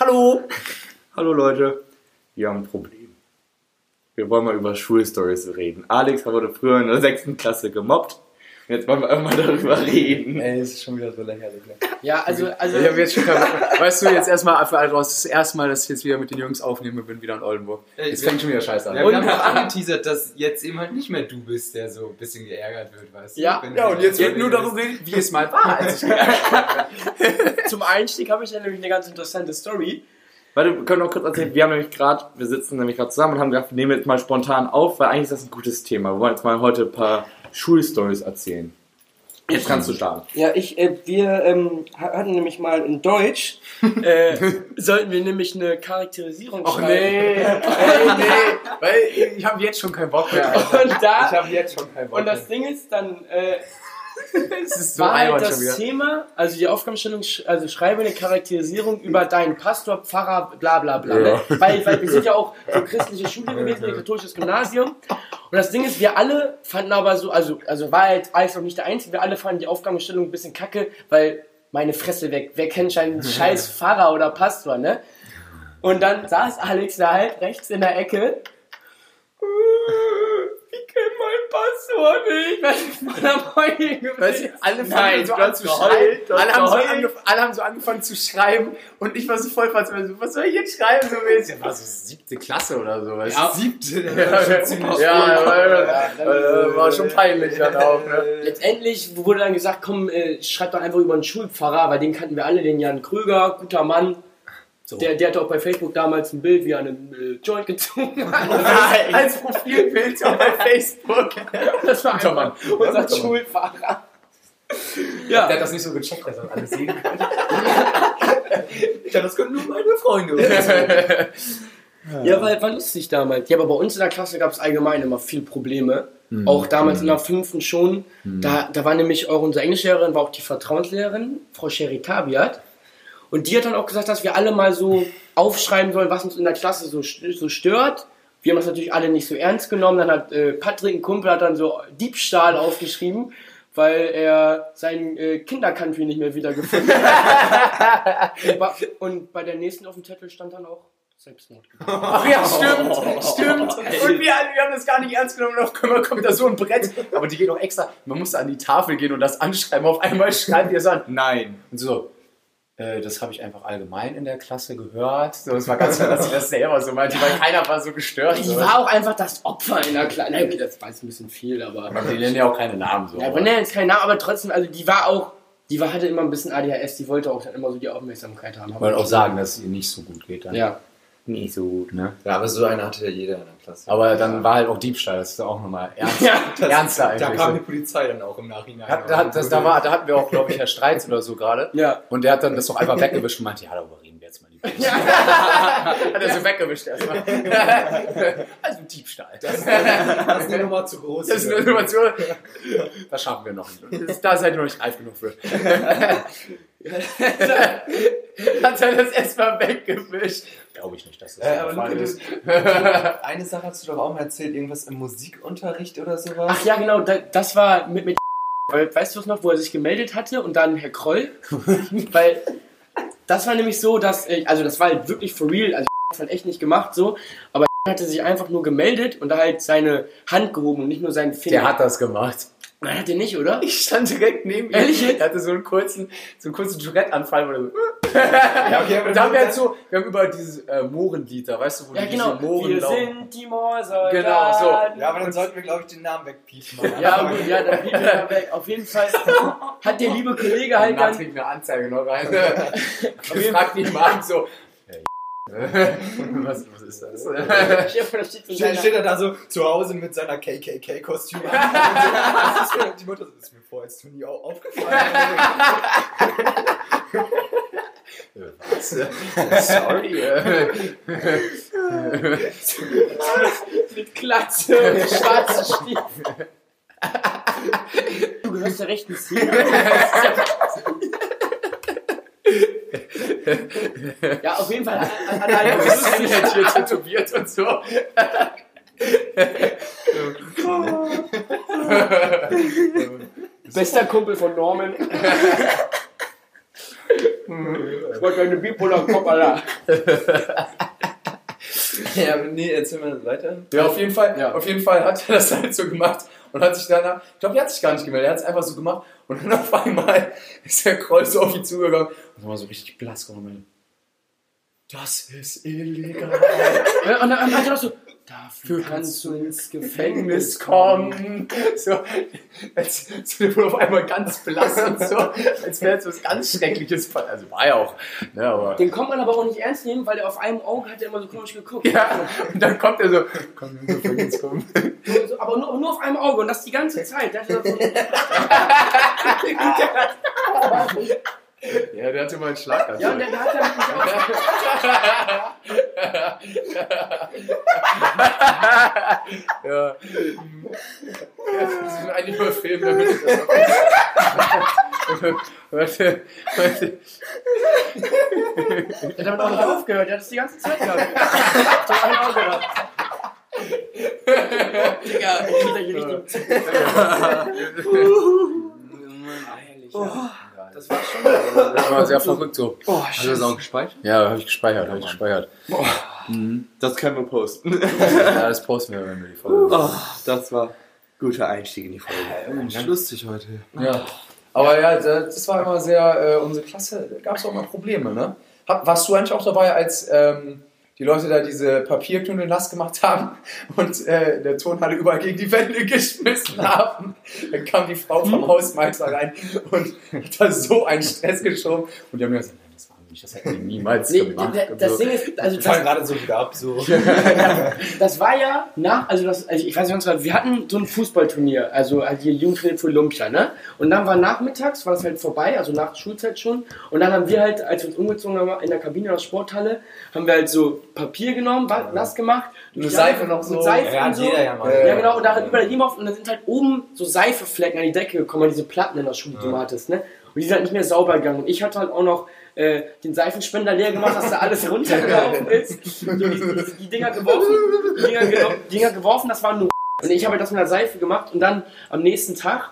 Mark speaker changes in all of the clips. Speaker 1: Hallo! Hallo Leute, wir haben ein Problem. Wir wollen mal über Schulstories reden. Alex wurde früher in der 6. Klasse gemobbt. Und jetzt wollen wir einmal darüber reden.
Speaker 2: Ey, es ist schon wieder so lächerlich. ne?
Speaker 3: Ja, also, also
Speaker 2: Ich hab jetzt schon keinen- Weißt du, jetzt erstmal für alle raus, das erste Mal, dass ich jetzt wieder mit den Jungs aufnehme, bin wieder in Oldenburg.
Speaker 4: Ey,
Speaker 2: Jetzt
Speaker 4: wir-
Speaker 2: fängt schon wieder scheiße an.
Speaker 4: Ja, wir haben auch angeteasert, dass jetzt eben halt nicht mehr du bist, der so ein bisschen geärgert wird, weißt du?
Speaker 2: Ja,
Speaker 4: Wenn
Speaker 2: ja,
Speaker 4: du-
Speaker 2: und jetzt
Speaker 4: Ja,
Speaker 2: wird nur darum gehen, wie es mal war. Als ich
Speaker 5: Zum Einstieg habe ich ja nämlich eine ganz interessante Story.
Speaker 1: Warte, wir können noch kurz erzählen, wir haben nämlich gerade, wir sitzen nämlich gerade zusammen und haben gedacht, wir nehmen jetzt mal spontan auf, weil eigentlich ist das ein gutes Thema. Wir wollen jetzt mal heute ein paar Schulstories erzählen. Jetzt kannst du starten.
Speaker 5: Ja, ich, äh, wir ähm, ha- hatten nämlich mal in Deutsch, äh, sollten wir nämlich eine Charakterisierung
Speaker 2: Och
Speaker 5: schreiben.
Speaker 2: nee, ey, nee, weil ich habe jetzt schon keinen Bock mehr. Alter.
Speaker 5: Und da
Speaker 2: Ich habe jetzt schon keinen Bock
Speaker 5: Und
Speaker 2: mehr.
Speaker 5: das Ding ist dann, äh,
Speaker 2: das ist
Speaker 5: war halt
Speaker 2: albern
Speaker 5: das Thema, also die Aufgabenstellung, sch- also schreibe eine Charakterisierung über deinen Pastor, Pfarrer, bla bla bla. Ne? Weil, weil wir sind ja auch so christliche Schule gewesen, ein katholisches Gymnasium. Und das Ding ist, wir alle fanden aber so, also, also war halt Alex noch nicht der Einzige, wir alle fanden die Aufgabenstellung ein bisschen kacke, weil meine Fresse weg, wer kennt schon einen scheiß Pfarrer oder Pastor, ne? Und dann saß Alex da halt rechts in der Ecke. Ich kenne meinen Pastor nicht. Was ist von der Heulen
Speaker 2: Weißt
Speaker 5: gewesen?
Speaker 2: du, alle fangen
Speaker 5: Nein,
Speaker 2: so
Speaker 5: du
Speaker 2: an
Speaker 5: hast
Speaker 2: zu schreiben.
Speaker 5: geheult, du hast
Speaker 2: Alle haben so,
Speaker 5: geheult.
Speaker 2: angef- alle haben so angefangen zu schreiben und ich war so voll verzweifelt. so, Was soll ich jetzt schreiben? So mäßig. Ja, war so siebte Klasse oder so. Weißt
Speaker 4: Ja,
Speaker 2: du?
Speaker 4: siebte.
Speaker 2: ja, ja, war- äh, war schon peinlich dann auch. Ne?
Speaker 5: Letztendlich wurde dann gesagt, komm, äh, schreib doch einfach über einen Schulpfarrer, weil den kannten wir alle, den Jan Kröger, guter Mann. Der, der hatte auch bei Facebook damals ein Bild, wie er einen äh, Joint gezogen hat.
Speaker 2: Als Profilbild bei Facebook.
Speaker 5: Das war
Speaker 2: Guter
Speaker 5: einfach unser Schulpfarrer. Ja,
Speaker 2: Der hat das nicht so gecheckt, dass er alles sehen kann.
Speaker 4: Ja, das können nur meine Freunde.
Speaker 5: ja war, war lustig damals. Ja, aber bei uns in der Klasse gab es allgemein immer viel Probleme. Auch damals in der fünften schon. Da, da war nämlich auch unsere Englischlehrerin, war auch die Vertrauenslehrerin, Frau Sherry Tabiat. Und die hat dann auch gesagt, dass wir alle mal so aufschreiben sollen, was uns in der Klasse so, st- so stört. Wir haben das natürlich alle nicht so ernst genommen. Dann hat äh, Patrick, ein Kumpel, hat dann so Diebstahl aufgeschrieben, weil er seinen äh, Kindercountry nicht mehr wiedergefunden hat. und, bei, und bei der nächsten auf dem Zettel stand dann auch Selbstmord.
Speaker 2: Ach ja, stimmt, stimmt.
Speaker 5: Oh.
Speaker 2: Und wir, alle, wir haben das gar nicht ernst genommen. Auf einmal kommt da so ein Brett. Aber die geht auch extra. Man musste an die Tafel gehen und das anschreiben. Auf einmal schreibt ihr es an.
Speaker 1: Nein.
Speaker 2: Und so, äh, das habe ich einfach allgemein in der Klasse gehört. So, es war ganz klar, dass ich das selber so meinte, weil keiner war so gestört.
Speaker 5: Ich
Speaker 2: So.
Speaker 5: war auch einfach das Opfer einer kleinen. Nein, okay, das war jetzt ein bisschen viel, aber.
Speaker 2: Aber die nennen ja auch keine Namen so.
Speaker 5: Ja, aber ne- nein, jetzt kein Name, aber trotzdem, also die war auch. Die war, hatte immer ein bisschen ADHS, die wollte auch dann immer so die Aufmerksamkeit haben.
Speaker 2: Wollen auch sagen, dass es ihr nicht so gut geht. Dann.
Speaker 5: Ja.
Speaker 1: Nicht so gut.
Speaker 2: Ne?
Speaker 4: Ja, aber so eine hatte ja jeder in der Klasse.
Speaker 2: Aber dann war halt auch Diebstahl, das ist auch nochmal ernst,
Speaker 5: Ja,
Speaker 2: ernster
Speaker 4: Da
Speaker 2: eigentlich.
Speaker 4: kam die
Speaker 2: so.
Speaker 4: Polizei dann auch im Nachhinein.
Speaker 2: Hat- Da, hat- das, da, war, da hatten wir auch, glaube ich, Herr Streitz oder so gerade.
Speaker 5: Ja.
Speaker 2: Und der hat dann das doch einfach weggewischt und meinte, ja, darüber reden wir jetzt mal lieber. nicht. hat er so weggewischt erstmal. also Diebstahl.
Speaker 4: das ist mir nochmal zu groß.
Speaker 2: Das ist eine Innovation. Das schaffen wir noch nicht. Das, da seid ihr noch nicht reif genug für. Hat er das erstmal weggewischt? Glaube ich nicht, dass das
Speaker 4: Äh,
Speaker 2: der
Speaker 4: aber
Speaker 2: Fall
Speaker 4: Luca,
Speaker 2: ist.
Speaker 4: Eine Sache hast du doch auch mal erzählt, irgendwas im Musikunterricht oder sowas.
Speaker 5: Ach ja, genau, da, das war mit, mit. Weil, weißt du es noch, wo er sich gemeldet hatte und dann Herr Kroll? weil das war nämlich so, dass. äh, Also, das war halt wirklich for real. Also, das halt echt nicht gemacht so. Aber hatte sich einfach nur gemeldet und da halt seine Hand gehoben und nicht nur seinen Finger.
Speaker 2: Der hat das gemacht.
Speaker 5: Nein, hat er nicht, oder?
Speaker 2: Ich stand direkt neben ihm.
Speaker 5: Ehrlich jetzt?
Speaker 2: Er hatte so einen kurzen, so einen kurzen Tourette-Anfall. wo er so-
Speaker 4: Ja, okay, aber
Speaker 2: Und da haben wir halt
Speaker 4: dann
Speaker 2: so, wir haben über dieses äh, Mohrenlied da, weißt du, wo
Speaker 5: Ja,
Speaker 2: die
Speaker 5: genau.
Speaker 2: diese Mohren
Speaker 5: Wir
Speaker 2: laufen.
Speaker 5: sind die Morser.
Speaker 2: Genau, so.
Speaker 4: ja, aber dann sollten wir, glaube ich, den Namen wegpiepen.
Speaker 5: Ja, gut, ja, dann blieb er weg. Auf jeden Fall hat der liebe Kollege halt
Speaker 2: Und dann
Speaker 5: dann.
Speaker 2: kriegen wir eine Anzeige noch rein. Wir fragten ihn mal an, so. "Hey, was, was ist das?
Speaker 5: Chef, da steht so
Speaker 2: Genau.
Speaker 4: Ste-
Speaker 5: seiner-
Speaker 4: steht er da so zu Hause mit seiner KKK-Kostüm an. Das ist mir- die Mutter so, ist mir vorher jetzt noch nie au- aufgefallen.
Speaker 2: Sorry. äh,
Speaker 5: mit Glatze und schwarzen Stiefeln. Du gehörst der rechten Szene. ja, auf jeden Fall. An, an,
Speaker 2: Wir
Speaker 5: an
Speaker 2: sind jetzt hier tätowiert und so.
Speaker 5: bester Kumpel von Norman. Ich wollte eine bipolar Kopala.
Speaker 4: Ja, aber nee, erzähl mal weiter.
Speaker 2: Ja, auf jeden Fall,
Speaker 5: Ja.
Speaker 2: auf jeden Fall hat er das halt so gemacht und hat sich danach, ich glaube, der hat sich gar nicht gemeldet, er hat es einfach so gemacht und dann auf einmal ist der Kreuz so auf ihn zugegangen und war so richtig blass geworden. Das ist illegal.
Speaker 5: Und dann- und dann hat er noch so, dafür
Speaker 2: Für
Speaker 5: kannst du ins
Speaker 2: Gefängnis
Speaker 5: Gefängnis kommen.
Speaker 2: kommen. So, als, so der wurde auf einmal ganz blass und so, als wäre es was ganz Schreckliches. Also war ja auch, ne, aber.
Speaker 5: Den kommt man aber auch nicht ernst nehmen, weil er auf einem Auge hat er immer so komisch geguckt.
Speaker 2: Ja, und dann kommt er so, komm, wir Gefängnis kommen.
Speaker 5: So, so, aber nur, nur auf einem Auge und das die ganze Zeit. Der hat so,
Speaker 2: Ja, der hatte mal einen Schlaganfall.
Speaker 5: ja, ne. und der, der hat ja wirklich auch,
Speaker 2: Ja. Das ist eigentlich nur Film, damit ich das
Speaker 5: der hat damit auch nicht aufgehört, der hat das die ganze Zeit gehabt. Auf einem Auge gehabt. Digga, ich krieg gleich richtig. Das war schon.
Speaker 2: Das war sehr verrückt so.
Speaker 5: Oh,
Speaker 3: Hast du das auch gespeichert?
Speaker 2: Ja, habe ich gespeichert, habe ich gespeichert. Mhm.
Speaker 1: Das können wir posten.
Speaker 2: Ja, das posten wir, wenn wir die Folge
Speaker 1: Oh, das war guter Einstieg in die Folge.
Speaker 3: Mensch, lustig heute.
Speaker 2: Ja. Aber ja, das das war immer sehr, äh, unsere Klasse, da gab es auch mal Probleme, ne? Hab, warst du eigentlich auch dabei, als ähm, die Leute da diese Papierknüppel nass gemacht haben und äh, in der Turnhalle überall gegen die Wände geschmissen haben? Dann kam die Frau vom
Speaker 5: Hm?
Speaker 2: Hausmeister rein und hat da so einen Stress geschoben. Und die haben mir gesagt, nein, das war nicht, das hätten die niemals
Speaker 5: Nee,
Speaker 2: gemacht.
Speaker 5: der-
Speaker 2: Und
Speaker 5: das
Speaker 2: so.
Speaker 5: Ding ist, also
Speaker 4: Ich war
Speaker 5: das,
Speaker 4: gerade so wieder ab, so.
Speaker 5: das war ja nach, also, das, also ich weiß nicht, ganz genau, wir hatten so ein Fußballturnier, also hier Jugendtraining für Olympia, ne? Und dann war nachmittags, war das halt vorbei, also nach Schulzeit schon. Und dann haben wir halt, als wir uns umgezogen haben, in der Kabine in der Sporthalle, haben wir halt so Papier genommen, war, nass gemacht.
Speaker 2: Mit Seife noch so.
Speaker 5: Mit Seife
Speaker 4: Ja,
Speaker 5: und
Speaker 2: Also,
Speaker 5: so.
Speaker 4: jeder ja mal.
Speaker 5: Ja, genau, und da hat überall jemand auf, und dann sind halt oben so Seifeflecken an die Decke gekommen, an diese Platten in der Schule, die du hattest, ne? Und die sind halt nicht mehr sauber gegangen. Und ich hatte halt auch noch äh, den Seifenspender leer gemacht, dass da alles runtergelaufen ist. So, die, die, die Dinger geworfen, die Dinger, geno- die Dinger geworfen, das war nur. Und ich habe halt das mit der Seife gemacht und dann am nächsten Tag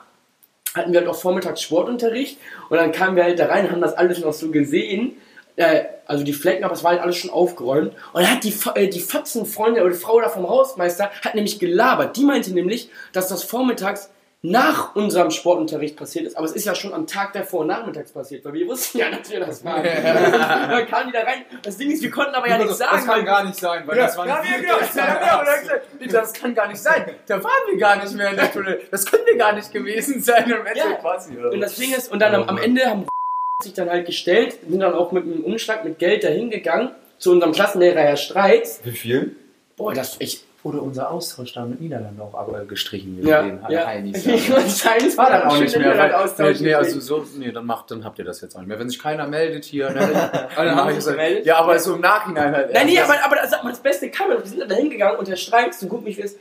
Speaker 5: hatten wir halt auch vormittags Sportunterricht und dann kamen wir halt da rein, haben das alles noch so gesehen. Äh, also die Flecken, aber es war halt alles schon aufgeräumt. Und dann hat die, Fa- äh, die Fotzenfreundin oder die Frau da vom Hausmeister hat nämlich gelabert. Die meinte nämlich, dass das vormittags nach unserem Sportunterricht passiert ist, aber es ist ja schon am Tag davor nachmittags passiert, weil wir wussten ja, dass wir das machen. dann kamen die da rein. Das Ding ist, wir konnten aber ja nichts sagen.
Speaker 3: Das kann
Speaker 5: weil-
Speaker 3: gar nicht sein, weil das war
Speaker 2: Ja, ja, genau. Ja, genau. Und dann gesagt, nee, Das kann gar nicht sein. Da waren wir gar nicht mehr in der Tunnel. Das können wir gar nicht gewesen sein. Und Im Endeffekt
Speaker 5: Ja.
Speaker 2: war's wieder.
Speaker 5: Und das Ding ist, und dann
Speaker 2: Oh
Speaker 5: am, am Ende haben sich dann halt gestellt, sind dann auch mit einem Umschlag mit Geld dahin gegangen zu unserem Klassenlehrer Herr Streitz.
Speaker 4: Wie viel?
Speaker 5: Boah, das ich
Speaker 2: wurde unser Austausch da mit Niederlande auch aber gestrichen.
Speaker 5: ja, ja. Wahrscheinlich
Speaker 2: War dann auch nicht mehr.
Speaker 5: Halt
Speaker 2: Weil,
Speaker 5: Austausch
Speaker 2: nee, nee, also so, nee, dann macht, dann habt ihr das jetzt auch nicht mehr. Wenn sich keiner meldet hier, ne, dann
Speaker 3: haben
Speaker 2: mach
Speaker 3: sich
Speaker 2: ich's halt.
Speaker 5: gemeldet?
Speaker 2: Ja, aber so im Nachhinein halt.
Speaker 5: Nein, nee,
Speaker 2: erst.
Speaker 5: aber, aber das, aber das Beste kam ja, wir sind da hingegangen und Herr Streitz, so gut mich ist,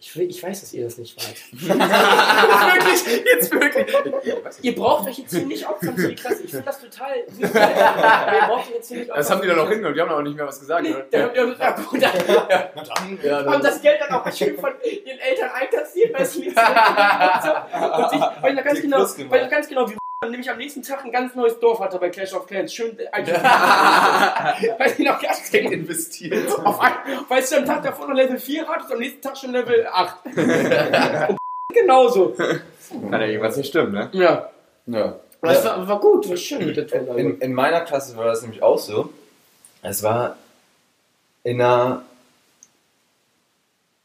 Speaker 5: ich, will, ich weiß, dass ihr das nicht wart.
Speaker 2: jetzt wirklich, jetzt wirklich.
Speaker 5: ihr braucht euch jetzt hier nicht opfern für die Klasse. Ich finde das total süß. Ihr braucht euch jetzt hier nicht
Speaker 2: Das haben die dann auch hingenommen. Die haben auch nicht mehr was gesagt.
Speaker 5: Nee,
Speaker 2: oder?
Speaker 5: ja, ja, ja, gut, dann-
Speaker 2: Ja,
Speaker 5: haben
Speaker 2: dann-
Speaker 5: das Geld dann auch schön von ihren Eltern einkassiert, weil sie nichts mehr und, so. und ich weiß noch ganz
Speaker 4: Die
Speaker 5: genau,
Speaker 4: Plus gemacht.
Speaker 5: weiß noch ganz genau, wie nämlich am nächsten Tag ein ganz neues Dorf hatte bei Clash of Clans. Schön, äh, eigentlich- weiß ich noch ganz genau.
Speaker 2: investiert.
Speaker 5: Auf ein, weißt du, am Tag davor noch Level 4 hattest, am nächsten Tag schon Level 8. und genauso.
Speaker 1: Kann ja irgendwas nicht stimmen, ne?
Speaker 5: Ja.
Speaker 4: Ja.
Speaker 5: Aber es war, war gut, war schön mit der Turnhalle.
Speaker 4: In, in meiner Klasse war das nämlich auch so. Es war in einer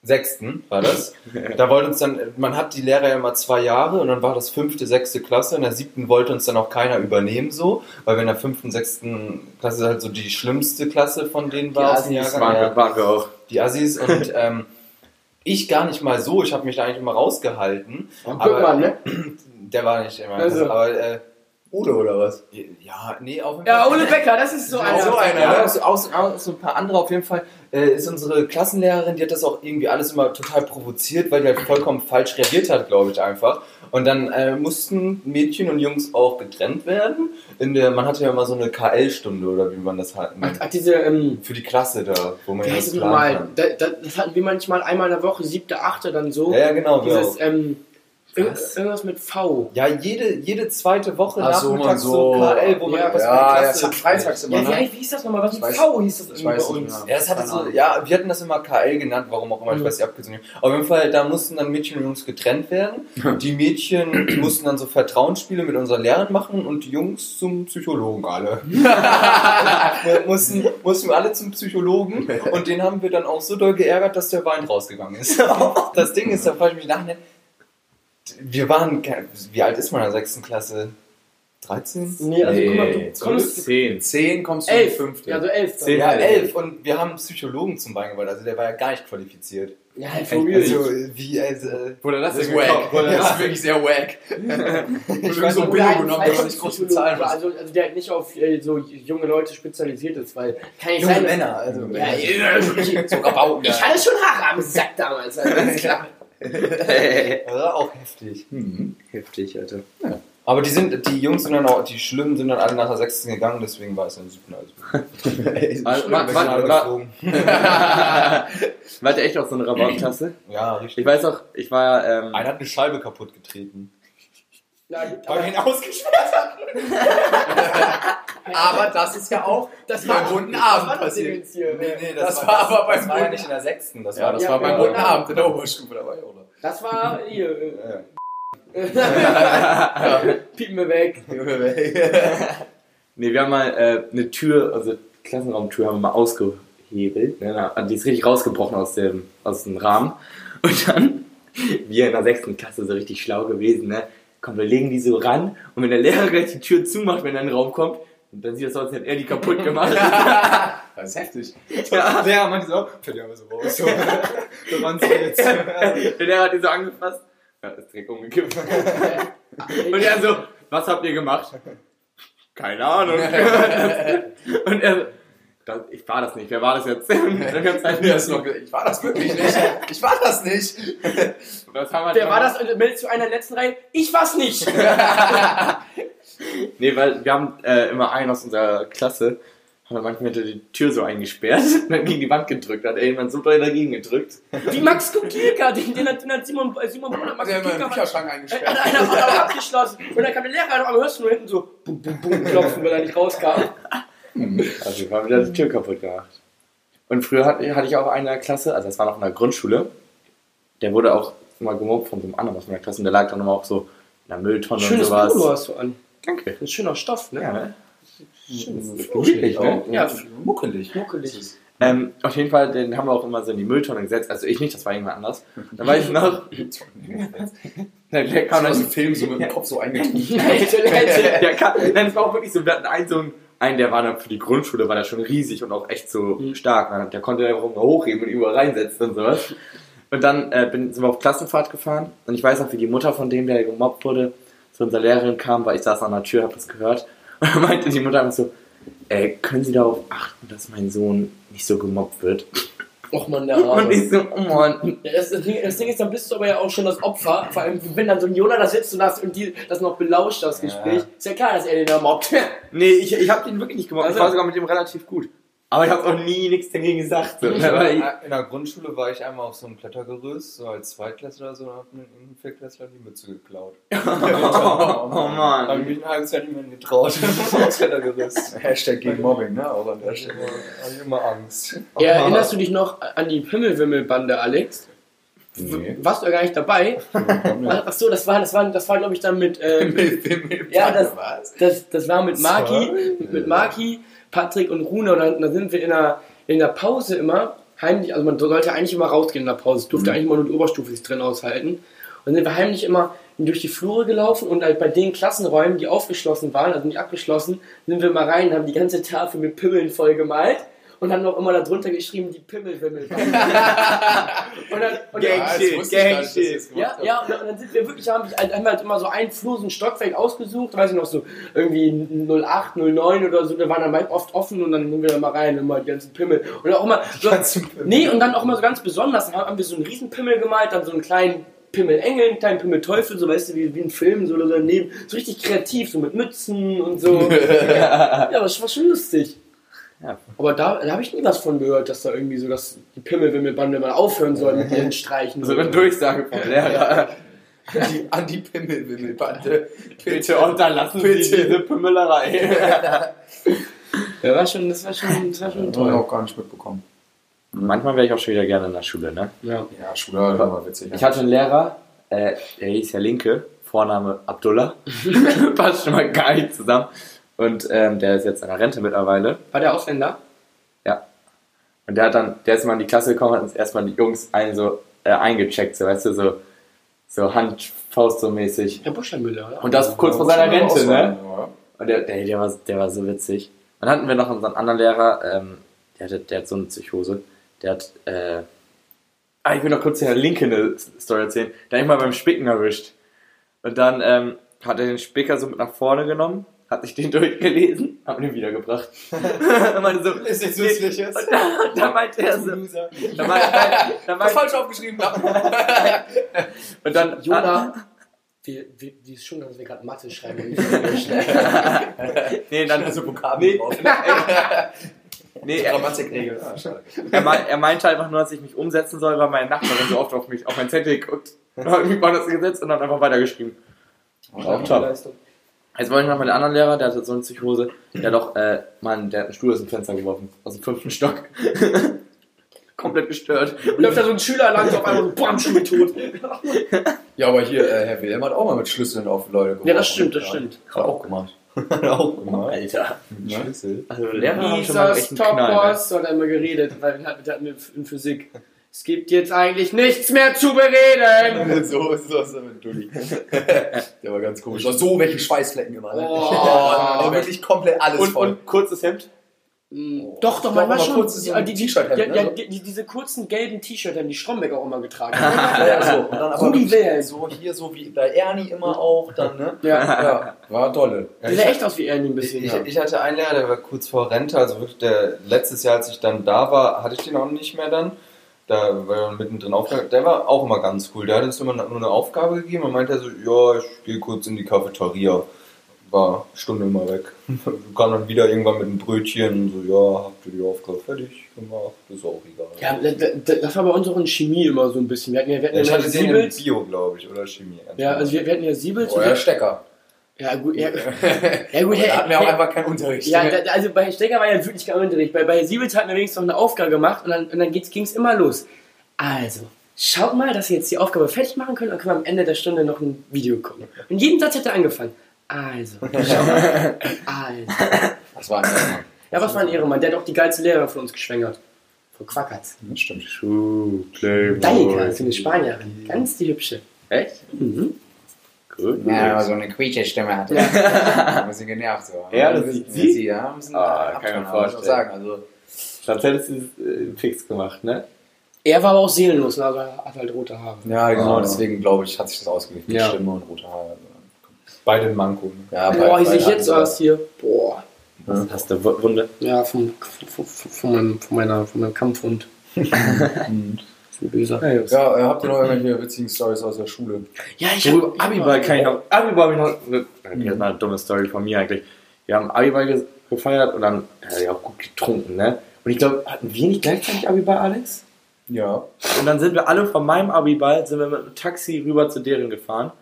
Speaker 4: sechsten war das. Da wollte uns dann, man hat die Lehrer ja immer zwei Jahre und dann war das fünfte, sechste Klasse. In der siebten wollte uns dann auch keiner übernehmen so, weil wir in der fünften, sechsten Klasse halt so die schlimmste Klasse von denen war. aus dem
Speaker 1: Das
Speaker 4: Jahrgang.
Speaker 1: waren, wir, waren wir auch.
Speaker 4: die Assis und ähm, ich gar nicht mal so. Ich habe mich da eigentlich immer rausgehalten.
Speaker 5: Guck mal, ne?
Speaker 4: Der war nicht immer.
Speaker 5: Also.
Speaker 4: Aber äh,
Speaker 2: Udo oder was?
Speaker 4: ja, nee, auf jeden
Speaker 5: Ja,
Speaker 4: Fall.
Speaker 5: Ole Becker, das ist so
Speaker 4: Ja,
Speaker 5: einer.
Speaker 4: so einer, ne?
Speaker 5: Ja.
Speaker 4: ja. Aus, aus, aus ein paar andere auf jeden Fall. Äh, ist unsere Klassenlehrerin, die hat das auch irgendwie alles immer total provoziert, weil die halt vollkommen falsch reagiert hat, glaube ich einfach. Und dann äh, mussten Mädchen und Jungs auch getrennt werden. In der, man hatte ja immer so eine KL-Stunde oder wie man das hat.
Speaker 5: Hat, hat diese, ähm,
Speaker 4: Für die Klasse da, wo man
Speaker 5: Wie
Speaker 4: ja
Speaker 5: heißt es
Speaker 4: planen
Speaker 5: nochmal?
Speaker 4: kann.
Speaker 5: Da, da, das hatten wir manchmal einmal in der Woche, siebte, achte dann so.
Speaker 4: Ja, ja, genau.
Speaker 5: Dieses,
Speaker 4: genau.
Speaker 5: ähm, Ir irgendwas mit V.
Speaker 4: Ja, jede, jede zweite Woche
Speaker 2: Ach so,
Speaker 4: nachmittags
Speaker 2: man
Speaker 4: so
Speaker 2: so.
Speaker 4: KL, wo man
Speaker 5: Ja,
Speaker 4: irgendwas
Speaker 2: Ah, Ja,
Speaker 4: mit
Speaker 2: ja, es hat freitags immer,
Speaker 5: Ja, wie,
Speaker 2: ne?
Speaker 5: wie hieß das nochmal? Was mit
Speaker 2: weiß-
Speaker 5: V hieß das
Speaker 2: Ich
Speaker 5: irgendwie bei
Speaker 2: weiß nicht
Speaker 5: uns?
Speaker 2: mehr.
Speaker 4: Ja, das hatte
Speaker 2: Keine
Speaker 4: so,
Speaker 2: Ahnung.
Speaker 4: ja, wir hatten das immer KL genannt, warum auch
Speaker 5: Mhm.
Speaker 4: immer, ich weiß nicht, abgesehen. Auf jeden Fall, da mussten dann Mädchen und Jungs getrennt werden. Die Mädchen die mussten dann so Vertrauensspiele mit unseren Lehrern machen und die Jungs zum Psychologen alle. wir mussten, mussten wir alle zum Psychologen und den haben wir dann auch so doll geärgert, dass der Wein rausgegangen ist. das Ding ist, da frage ich mich nachher, wir waren, ke- wie alt ist man in der sechsten Klasse? 13?
Speaker 5: Nee, also guck mal, du
Speaker 1: Nee,
Speaker 5: kommst.
Speaker 1: 10.
Speaker 2: 10 kommst du in die
Speaker 5: Elf.
Speaker 2: fünfte.
Speaker 5: Ja, so elf. dann.
Speaker 1: Zehn.
Speaker 4: Ja, elf. Und wir haben einen Psychologen zum Wein geholt, also der war ja gar nicht qualifiziert.
Speaker 5: Ja, halt for real.
Speaker 4: Also, wie, also,
Speaker 3: Bruder, das
Speaker 2: Das ist wack. Das ist wirklich sehr wack. Ich bin so ein Billo
Speaker 5: Oder halt
Speaker 2: genommen,
Speaker 5: ein
Speaker 2: dass man nicht groß bezahlen muss.
Speaker 5: Also, also der halt nicht auf äh, so junge Leute spezialisiert ist, weil kann ich
Speaker 4: junge
Speaker 5: sein.
Speaker 4: Männer, also.
Speaker 5: Ja, ich,
Speaker 4: Sogar Bauten,
Speaker 5: ich hatte schon Haare am Sack damals, also das ist klar.
Speaker 4: Das war auch heftig.
Speaker 1: Heftig, Alter.
Speaker 4: Aber die sind, die Jungs sind dann auch, die Schlimmen sind dann alle nach der sechsten gegangen, deswegen war es dann siebten. Also.
Speaker 1: Also, war, war, war, war der echt auch so eine Rabattklasse?
Speaker 4: Ja,
Speaker 1: Ich
Speaker 4: richtig.
Speaker 1: weiß auch, ich war ja, ähm,
Speaker 4: Einer hat eine Scheibe kaputt getreten.
Speaker 5: Na, gut,
Speaker 4: Weil
Speaker 5: aber
Speaker 4: wir ihn ausgesperrt
Speaker 2: Aber das ist ja auch
Speaker 5: das
Speaker 2: beim
Speaker 5: war
Speaker 2: bunten
Speaker 5: das war
Speaker 2: Abend
Speaker 5: doch
Speaker 2: passiert.
Speaker 5: Dingens hier. äh,
Speaker 4: Nee, nee,
Speaker 2: das war aber beim
Speaker 4: das war ja
Speaker 2: Boden.
Speaker 4: nicht in der sechsten. Das
Speaker 2: Ja,
Speaker 4: war
Speaker 2: das
Speaker 5: Ja,
Speaker 2: war mein
Speaker 5: ja.
Speaker 2: bunten Abend in der Oberstufe dabei, oder?
Speaker 5: Das war hier. äh,
Speaker 4: Ja.
Speaker 5: Piepen wir weg.
Speaker 1: Nee, wir haben mal äh, eine Tür, also Klassenraumtür haben wir mal ausgehebelt. Ne? Na, Die ist richtig rausgebrochen aus dem, aus dem Rahmen. Und dann, wir in der sechsten Klasse so richtig schlau gewesen, ne? Komm, wir legen die so ran und wenn der Lehrer gleich die Tür zumacht, wenn er in den Raum kommt, dann sieht das aus, als hätte er die kaputt gemacht.
Speaker 2: Das ist heftig.
Speaker 4: Ja, ja manche so, fällt ja immer so raus. So, so man's jetzt. Ja,
Speaker 1: der Lehrer hat die so angefasst. Ja, ist direkt umgekippt. Und er so, was habt ihr gemacht? Keine Ahnung. Und er so, das, ich war das nicht, wer war das jetzt? halt Und dann ganz
Speaker 2: Mir ist noch gesagt, Ich war das wirklich nicht. Ich war das nicht.
Speaker 1: Das haben halt
Speaker 5: Wer war das? Und Meldest du einer in der letzten Reihe? Ich war's nicht.
Speaker 1: Nee, weil wir haben äh, immer einen aus unserer Klasse, haben wir manchmal hinter die Tür so eingesperrt, dann gegen die Wand gedrückt, hat irgendwann so doll dagegen gedrückt.
Speaker 5: Wie Max Kuklika. Den, den, hat- den hat Simon, äh, Simon Bruder
Speaker 2: Hat
Speaker 5: Max
Speaker 2: er immer
Speaker 5: Kuklika
Speaker 2: im
Speaker 5: hat
Speaker 2: Bücherschrank
Speaker 5: hat
Speaker 2: eingesperrt.
Speaker 5: einer hat einer abgeschlossen. Und dann kam der Lehrer noch am hörst du nur hinten so bum, bum, bum, klopfen, weil er nicht rauskam.
Speaker 1: Also wir haben wieder die Tür kaputt gemacht. Und früher hatte, hatte ich auch einen in der Klasse, also das war noch in der Grundschule, der wurde auch immer gemobbt von so einem anderen aus meiner Klasse und der lag dann immer auch so in der Mülltonne
Speaker 5: Schönes
Speaker 1: und sowas.
Speaker 5: Polo hast du an.
Speaker 1: Danke.
Speaker 5: Ein schöner Stoff, ne?
Speaker 1: Ja, ne?
Speaker 5: Schön.
Speaker 1: Gemütlich, ne?
Speaker 5: Ja.
Speaker 2: muckelig.
Speaker 5: Muckelig.
Speaker 1: Ähm, auf jeden Fall, den haben wir auch immer so in die Mülltonne gesetzt. Also ich nicht, das war irgendwann anders. Dann weiß ich noch, der, der kam
Speaker 2: Kann
Speaker 1: dann
Speaker 2: aus dem Film so mit dem Kopf so eingetrunken.
Speaker 5: Leute, Leute.
Speaker 1: der kann, nein, es war auch wirklich so, wir hatten einen, so einen, einen, der war dann für die Grundschule, war der schon riesig und auch echt so stark. Man, der konnte ja auch immer hochheben und überall reinsetzen und sowas. Und dann äh, bin, sind wir auf Klassenfahrt gefahren und ich weiß noch, wie die Mutter von dem, der gemobbt wurde, zu unserer Lehrerin kam, weil ich saß an der Tür, hab das gehört. Und dann meinte die Mutter einfach so, äh, können Sie darauf achten, dass mein Sohn nicht so gemobbt wird?
Speaker 5: Och man, der
Speaker 1: Und
Speaker 5: Arme.
Speaker 1: ich so, oh Mann.
Speaker 5: Ja, Das, das, Ding, das Ding ist, dann bist du aber ja auch schon das Opfer. Vor allem, wenn dann so ein Jonah da sitzt und das, und die, das noch belauscht, das Gespräch. Ist ja klar, dass er den da mobbt.
Speaker 1: Nee, ich, ich hab den wirklich nicht gemobbt.
Speaker 5: Also.
Speaker 1: Ich war sogar mit dem relativ gut. Aber ich hab auch nie nichts dagegen gesagt. So. Weil ich,
Speaker 4: In der Grundschule war ich einmal auf so einem Klettergerüst, so als Zweitklässler oder so, und hab mir irgendeinen Viertklässler die Mütze geklaut.
Speaker 1: oh, oh Mann.
Speaker 4: Hab ich mich ein halbes Jahr nicht mehr getraut. Aufs Klettergerüst.
Speaker 2: Hashtag gegen Mobbing, ne? Auch an der Stelle.
Speaker 4: Hab ich immer Angst.
Speaker 5: Ja, erinnerst du dich noch an die Pimmelwimmelbande, Alex?
Speaker 2: Nee.
Speaker 5: Warst du ja gar nicht dabei? Ach, ach so, das war, das war, das war glaube ich, dann mit. Äh, Ja, das-
Speaker 2: war's.
Speaker 5: das, das war mit Maki, mit Maki, Patrick und Rune. Und dann, dann sind wir in der, in der Pause immer heimlich, also man sollte eigentlich immer rausgehen in der Pause. Es durfte eigentlich immer nur die Oberstufe sich drin aushalten. Und dann sind wir heimlich immer durch die Flure gelaufen und halt bei den Klassenräumen, die aufgeschlossen waren, also nicht abgeschlossen, sind wir mal rein und haben die ganze Tafel mit Pimmeln vollgemalt. Und haben auch immer darunter geschrieben, die Pimmelwimmel. und dann, und dann,
Speaker 1: Gang
Speaker 2: das
Speaker 1: shit,
Speaker 2: Ah, wusste ich gar
Speaker 1: gang
Speaker 2: nicht, dass ihr
Speaker 1: shit.
Speaker 2: das gemacht
Speaker 5: ja,
Speaker 2: habt.
Speaker 5: ja, und dann- und dann sind wir wirklich, haben, wir- haben wir halt immer so einen Flur, so einen Stockwerk ausgesucht, weiß ich noch, so irgendwie 08, 09 oder so, da waren dann meist oft offen und dann sind wir da mal rein, immer die ganzen Pimmel. Und auch immer, so, nee, und dann auch immer so ganz besonders, dann haben wir so einen riesen Pimmel gemalt, dann so einen kleinen Pimmelengel, einen kleinen Pimmelteufel, so weißt du, wie, wie ein Film, so oder so daneben, so richtig kreativ, so mit Mützen und so. ja, das war schon lustig.
Speaker 1: Ja.
Speaker 5: Aber da, da habe ich nie was von gehört, dass da irgendwie so,
Speaker 1: Also
Speaker 5: dass die Pimmelwimmelbande mal aufhören sollen mit ihren Streichen.
Speaker 1: So eine Durchsage vom Lehrer.
Speaker 2: An die, an die Pimmelwimmelbande.
Speaker 1: Bitte unterlassen
Speaker 2: Bitte.
Speaker 1: Sie diese Pümmelerei.
Speaker 5: Ja, war schon, das war schon, das war schon
Speaker 2: Das habe ich
Speaker 5: toll.
Speaker 2: auch gar nicht mitbekommen.
Speaker 1: Manchmal wäre ich auch schon wieder gerne in der Schule, ne?
Speaker 5: Ja.
Speaker 2: Ja, Schule war immer witzig.
Speaker 1: Ich hatte einen Lehrer, äh, der hieß ja Linke, Vorname Abdullah. Passt schon mal gar nicht zusammen. Und ähm, der ist jetzt in der Rente mittlerweile.
Speaker 5: War der Ausländer?
Speaker 1: Und der hat dann, der ist mal in die Klasse gekommen, hat uns erstmal die Jungs ein, so, äh, eingecheckt, so, weißt du, so, so Hand, Faust so mäßig.
Speaker 5: Der Buschermüller, oder?
Speaker 1: Und das kurz vor seiner Rente, ne? Und der, der, der, war, der war so witzig. Und dann hatten wir noch unseren anderen Lehrer, ähm, der, hatte, der hat so eine Psychose. Der hat, äh, ah, ich will noch kurz der Linke eine Story erzählen. Der hat mich mal beim Spicken erwischt. Und dann ähm, hat er den Spicker so mit nach vorne genommen, hat sich den durchgelesen, hat mir den wiedergebracht. und meinte so,
Speaker 2: Ist nichts Süßliches.
Speaker 1: und dann, dann meinte er so, dann meinte, dann meinte,
Speaker 2: Was falsch aufgeschrieben habe.
Speaker 1: und dann, Ah.
Speaker 5: Jona, wir, wir, die ist schon, dass wir gerade Mathe schreiben. und nicht Englisch.
Speaker 1: nee, dann,
Speaker 4: Also Vokabeln
Speaker 1: nee,
Speaker 4: drauf.
Speaker 1: nee, er,
Speaker 2: Grammatikregel. Ah, schade.
Speaker 1: Er, mein, er meinte halt einfach nur, dass ich mich umsetzen soll, weil meine Nachbarin so oft auf mich, auf mein Zettel guckt. Dann habe ich mich das gesetzt und dann einfach weitergeschrieben. Auch top.
Speaker 5: Leistung.
Speaker 1: Jetzt wollte ich noch mal den anderen Lehrer, der hatte so eine Psychose, der hat doch, äh, Mann, der hat einen Stuhl aus dem Fenster geworfen, aus dem fünften Stock. Komplett gestört.
Speaker 5: Läuft da so ein Schüler lang, so auf einmal so, bam, Schule tot.
Speaker 2: Ja, aber hier, äh, Herr Wilhelm hat auch mal mit Schlüsseln auf Leute geworfen.
Speaker 5: Ja, das stimmt, das stimmt.
Speaker 2: Hat er auch gemacht.
Speaker 1: Alter.
Speaker 2: Schlüssel?
Speaker 1: Also Lehrer haben schon mal einen
Speaker 5: Isas
Speaker 1: echten Knall. Ne?
Speaker 5: Topos, so hat er immer geredet, weil wir hatten, wir hatten in Physik. Es gibt jetzt eigentlich nichts mehr zu bereden.
Speaker 2: so ist das mit Dulli. Der war ganz komisch. So welche Schweißflecken immer. Ne?
Speaker 5: Oh.
Speaker 2: der war wirklich komplett alles
Speaker 1: Und,
Speaker 2: voll.
Speaker 1: und kurzes Hemd.
Speaker 5: Mm, Doch, doch,
Speaker 2: Doch,
Speaker 5: man war
Speaker 2: aber
Speaker 5: schon.
Speaker 2: kurz ist so ein
Speaker 5: die, die,
Speaker 2: T-Shirt-Hemd,
Speaker 5: ja,
Speaker 2: ne?
Speaker 5: ja, die, diese kurzen gelben T-Shirts haben die Strombeck auch immer getragen. ja,
Speaker 2: ja, ja, so. Und dann aber
Speaker 5: Rudi
Speaker 2: wirklich
Speaker 5: Wilhelm.
Speaker 2: so hier, so wie bei Ernie immer auch, dann, ne?
Speaker 5: ja.
Speaker 2: Ja, war dolle.
Speaker 5: Die sah echt aus wie Ernie ein bisschen.
Speaker 4: Ich,
Speaker 5: ja.
Speaker 4: ich hatte einen Lehrer, der war kurz vor Rente, also wirklich der letztes Jahr, als ich dann da war, hatte ich den auch nicht mehr dann. Da war er mittendrin aufgegangen. Der war auch immer ganz cool. Der hat uns immer nur eine Aufgabe gegeben und meinte so, ja, ich gehe kurz in die Cafeteria. War Stunde immer weg. Kam dann wieder irgendwann mit einem Brötchen und so, ja, habt ihr die Aufgabe fertig gemacht? Ist auch egal.
Speaker 5: Ja, da- da- da- das war bei uns auch in Chemie immer so ein bisschen. Wir hatten ja, wir hatten
Speaker 4: Ja, ich
Speaker 5: ja,
Speaker 4: hatte den in
Speaker 5: Siebels.
Speaker 4: Bio, glaube ich, oder Chemie.
Speaker 5: Ja, also wir, wir hatten ja Siebels. und
Speaker 2: Euer Oh, Stecker.
Speaker 5: wir, ja, gut, ja, ja, gut,
Speaker 2: Da
Speaker 5: ja,
Speaker 2: hatten wir auch einfach keinen Unterricht.
Speaker 5: ja, da, da- also bei Herr Stecker war ja wirklich kein Unterricht. Bei, bei Herr Siebels hatten wir wenigstens noch eine Aufgabe gemacht und dann, und dann ging es immer los. Also, schaut mal, dass ihr jetzt die Aufgabe fertig machen könnt und können wir am Ende der Stunde noch ein Video gucken. Und jeden Satz hat er angefangen. Also, schaut mal. Also.
Speaker 2: das war ein
Speaker 5: Ja, was war ein Ehrenmann? Der hat auch die geilste Lehrerin von uns geschwängert. Von Quackert.
Speaker 1: Schuh, Playboy.
Speaker 5: Danica ist eine Spanierin. Ganz die hübsche.
Speaker 1: Echt?
Speaker 5: Mhm.
Speaker 1: Gut.
Speaker 2: Ja, aber so eine quietsche Stimme hatte.
Speaker 5: Ja.
Speaker 2: Ja. Ein bisschen genervt so.
Speaker 1: Ja, das
Speaker 2: Ein bisschen-
Speaker 1: sieht sie?
Speaker 2: sie. Ja, ein bisschen
Speaker 1: Ah,
Speaker 2: Abturn,
Speaker 1: kann ich mir
Speaker 2: aber muss ich auch
Speaker 1: vorstellen.
Speaker 2: sagen. Also,
Speaker 1: Sonst hättest du es äh, fix gemacht, ne?
Speaker 5: Er war aber auch seelenlos, also er hat halt rote Haare.
Speaker 2: ja, genau,
Speaker 4: genau,
Speaker 2: deswegen glaube ich, hat sich das ausgeglichen.
Speaker 3: Ja.
Speaker 2: Stimme und rote Haare.
Speaker 4: Beide im Manko. ne?
Speaker 2: Ja,
Speaker 5: Boah, wie
Speaker 2: bei-
Speaker 5: sehe ich
Speaker 2: bei-
Speaker 5: jetzt aus hier? Boah.
Speaker 1: Hast du W- Wunde?
Speaker 5: Ja, vom, vom, vom, von meinem, von meiner, von meinem Kampfhund. Ist mir böse.
Speaker 2: Ja, äh, habt ihr noch irgendwelche witzigen Stories aus der Schule?
Speaker 5: Ja, ich
Speaker 1: Ja,
Speaker 5: hab
Speaker 1: Abiball kann ich noch. Abiball habe ich noch. Ne, das ist mal eine dumme Story von mir eigentlich. Wir haben Abiball ge- gefeiert und dann äh, ja auch gut getrunken, ne? Und ich glaube, hatten wir nicht gleichzeitig Abiball, Alex?
Speaker 2: Ja.
Speaker 1: Und dann sind wir alle von meinem Abiball, sind wir mit einem Taxi rüber zu deren gefahren.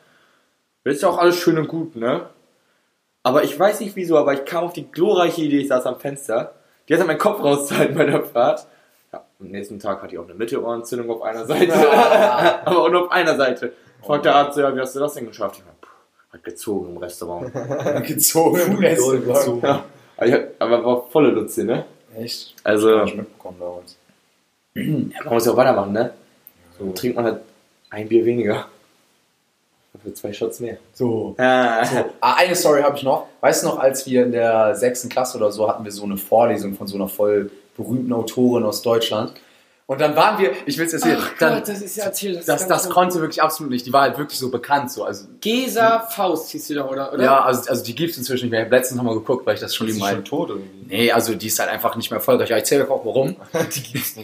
Speaker 1: Das ist ja auch alles schön und gut, ne? Aber ich weiß nicht wieso, aber ich kam auf die glorreiche Idee, ich saß am Fenster, die hat meinen Kopf rauszuhalten bei der Fahrt. Ja, am nächsten Tag hatte ich auch eine Mittelohrentzündung auf einer Seite. aber auch nur auf einer Seite. Fragt der Arzt, ja, wie hast du das denn geschafft? Ich meine, hat gezogen im Restaurant.
Speaker 2: Gezogen im Restaurant.
Speaker 1: ja. aber, ich hab, aber war volle Lutze, ne?
Speaker 2: Echt?
Speaker 1: Also,
Speaker 2: Hab ich
Speaker 1: ja,
Speaker 2: mitbekommen damals.
Speaker 1: man muss ja auch weitermachen, ne? So trinkt man halt ein Bier weniger. Dafür zwei Shots mehr.
Speaker 2: So.
Speaker 1: Ah.
Speaker 2: Ah, eine Story habe ich noch. Weißt du noch, als wir in der sechsten Klasse oder so hatten wir so eine Vorlesung von so einer voll berühmten Autorin aus Deutschland. Und dann waren wir, ich will es erzählen,
Speaker 5: Ach
Speaker 2: dann,
Speaker 5: Gott, das ist ja erzählt. Das,
Speaker 2: das,
Speaker 5: ist
Speaker 2: das
Speaker 5: ganz-
Speaker 2: konnte wirklich absolut nicht. Die war halt wirklich so bekannt. So. Also,
Speaker 5: Gesa Faust hieß sie doch, oder? oder?
Speaker 2: ja, also, also die gibt es inzwischen nicht mehr. Ich habe letztens nochmal geguckt, weil ich das schon
Speaker 4: Ist
Speaker 2: eben
Speaker 4: die
Speaker 2: mal.
Speaker 4: schon tot irgendwie?
Speaker 2: Nee, also die ist halt einfach nicht mehr erfolgreich. Ja, ich zähle euch auch warum.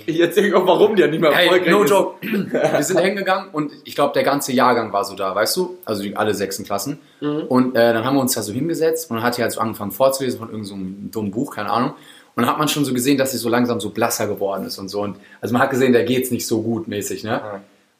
Speaker 1: Ich erzähle auch, warum der nicht mehr
Speaker 2: Ey,
Speaker 1: erfolgreich
Speaker 2: no
Speaker 1: ist.
Speaker 2: joke. Wir sind hingegangen und ich glaube, der ganze Jahrgang war so da, weißt du? Also die, alle sechsten Klassen. Und äh, dann haben wir uns da so hingesetzt und dann hat die halt so angefangen vorzulesen von irgendeinem so einem dummen Buch, keine Ahnung. Und dann hat man schon so gesehen, dass sie so langsam so blasser geworden ist und so. Und, also man hat gesehen, der geht's nicht so gut mäßig, ne?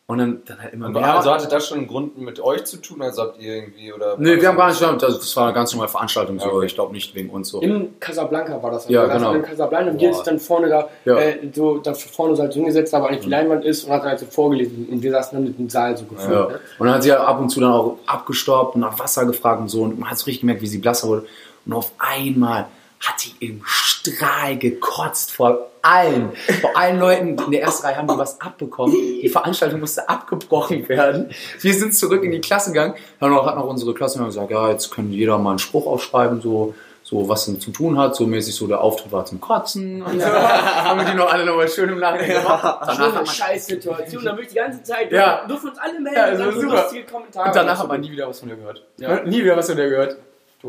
Speaker 2: Und dann, dann halt immer
Speaker 4: Aber
Speaker 2: mehr.
Speaker 4: also hatte das schon einen Grund mit euch zu tun, also habt ihr irgendwie oder.
Speaker 2: Nee, wir haben gar nicht, also das war eine ganz normale Veranstaltung, so. ich glaube nicht wegen uns so.
Speaker 5: In Casablanca war das.
Speaker 2: Ja,
Speaker 5: Da saßen
Speaker 2: genau.
Speaker 5: wir In Casablanca und wir
Speaker 2: Boah.
Speaker 5: sind dann vorne da,
Speaker 2: Ja.
Speaker 5: äh, so, da vorne so halt so hingesetzt, da wo eigentlich die Leinwand ist und hat dann halt so vorgelesen und wir saßen dann mit dem Saal so gefüllt.
Speaker 2: Ja.
Speaker 5: Ne?
Speaker 2: Und dann hat sie ja ab und zu dann auch abgestaubt und nach Wasser gefragt und so. Und man hat so richtig gemerkt, wie sie blasser wurde. Und auf einmal hat sie im Strahl gekotzt vor allen. Vor allen Leuten in der ersten Reihe haben die was abbekommen. Die Veranstaltung musste abgebrochen werden. Wir sind zurück in die Klasse gegangen. Dann hat noch unsere Klasse gesagt, ja, jetzt können jeder mal einen Spruch aufschreiben, so, so was damit zu tun hat. So mäßig so, der Auftritt war zum Kotzen. Und so. haben wir die noch alle nochmal schön im Nachhinein gemacht. Danach
Speaker 5: Schon
Speaker 2: hat
Speaker 5: eine
Speaker 2: man
Speaker 5: Scheißsituation. Da wird die ganze Zeit,
Speaker 2: Ja.
Speaker 5: wir dürfen uns alle melden,
Speaker 2: Ja, also
Speaker 5: sagen so
Speaker 2: super.
Speaker 5: lustige Kommentare.
Speaker 2: Und danach hat man nie wieder was von ihr gehört. Nie wieder was von ihr gehört.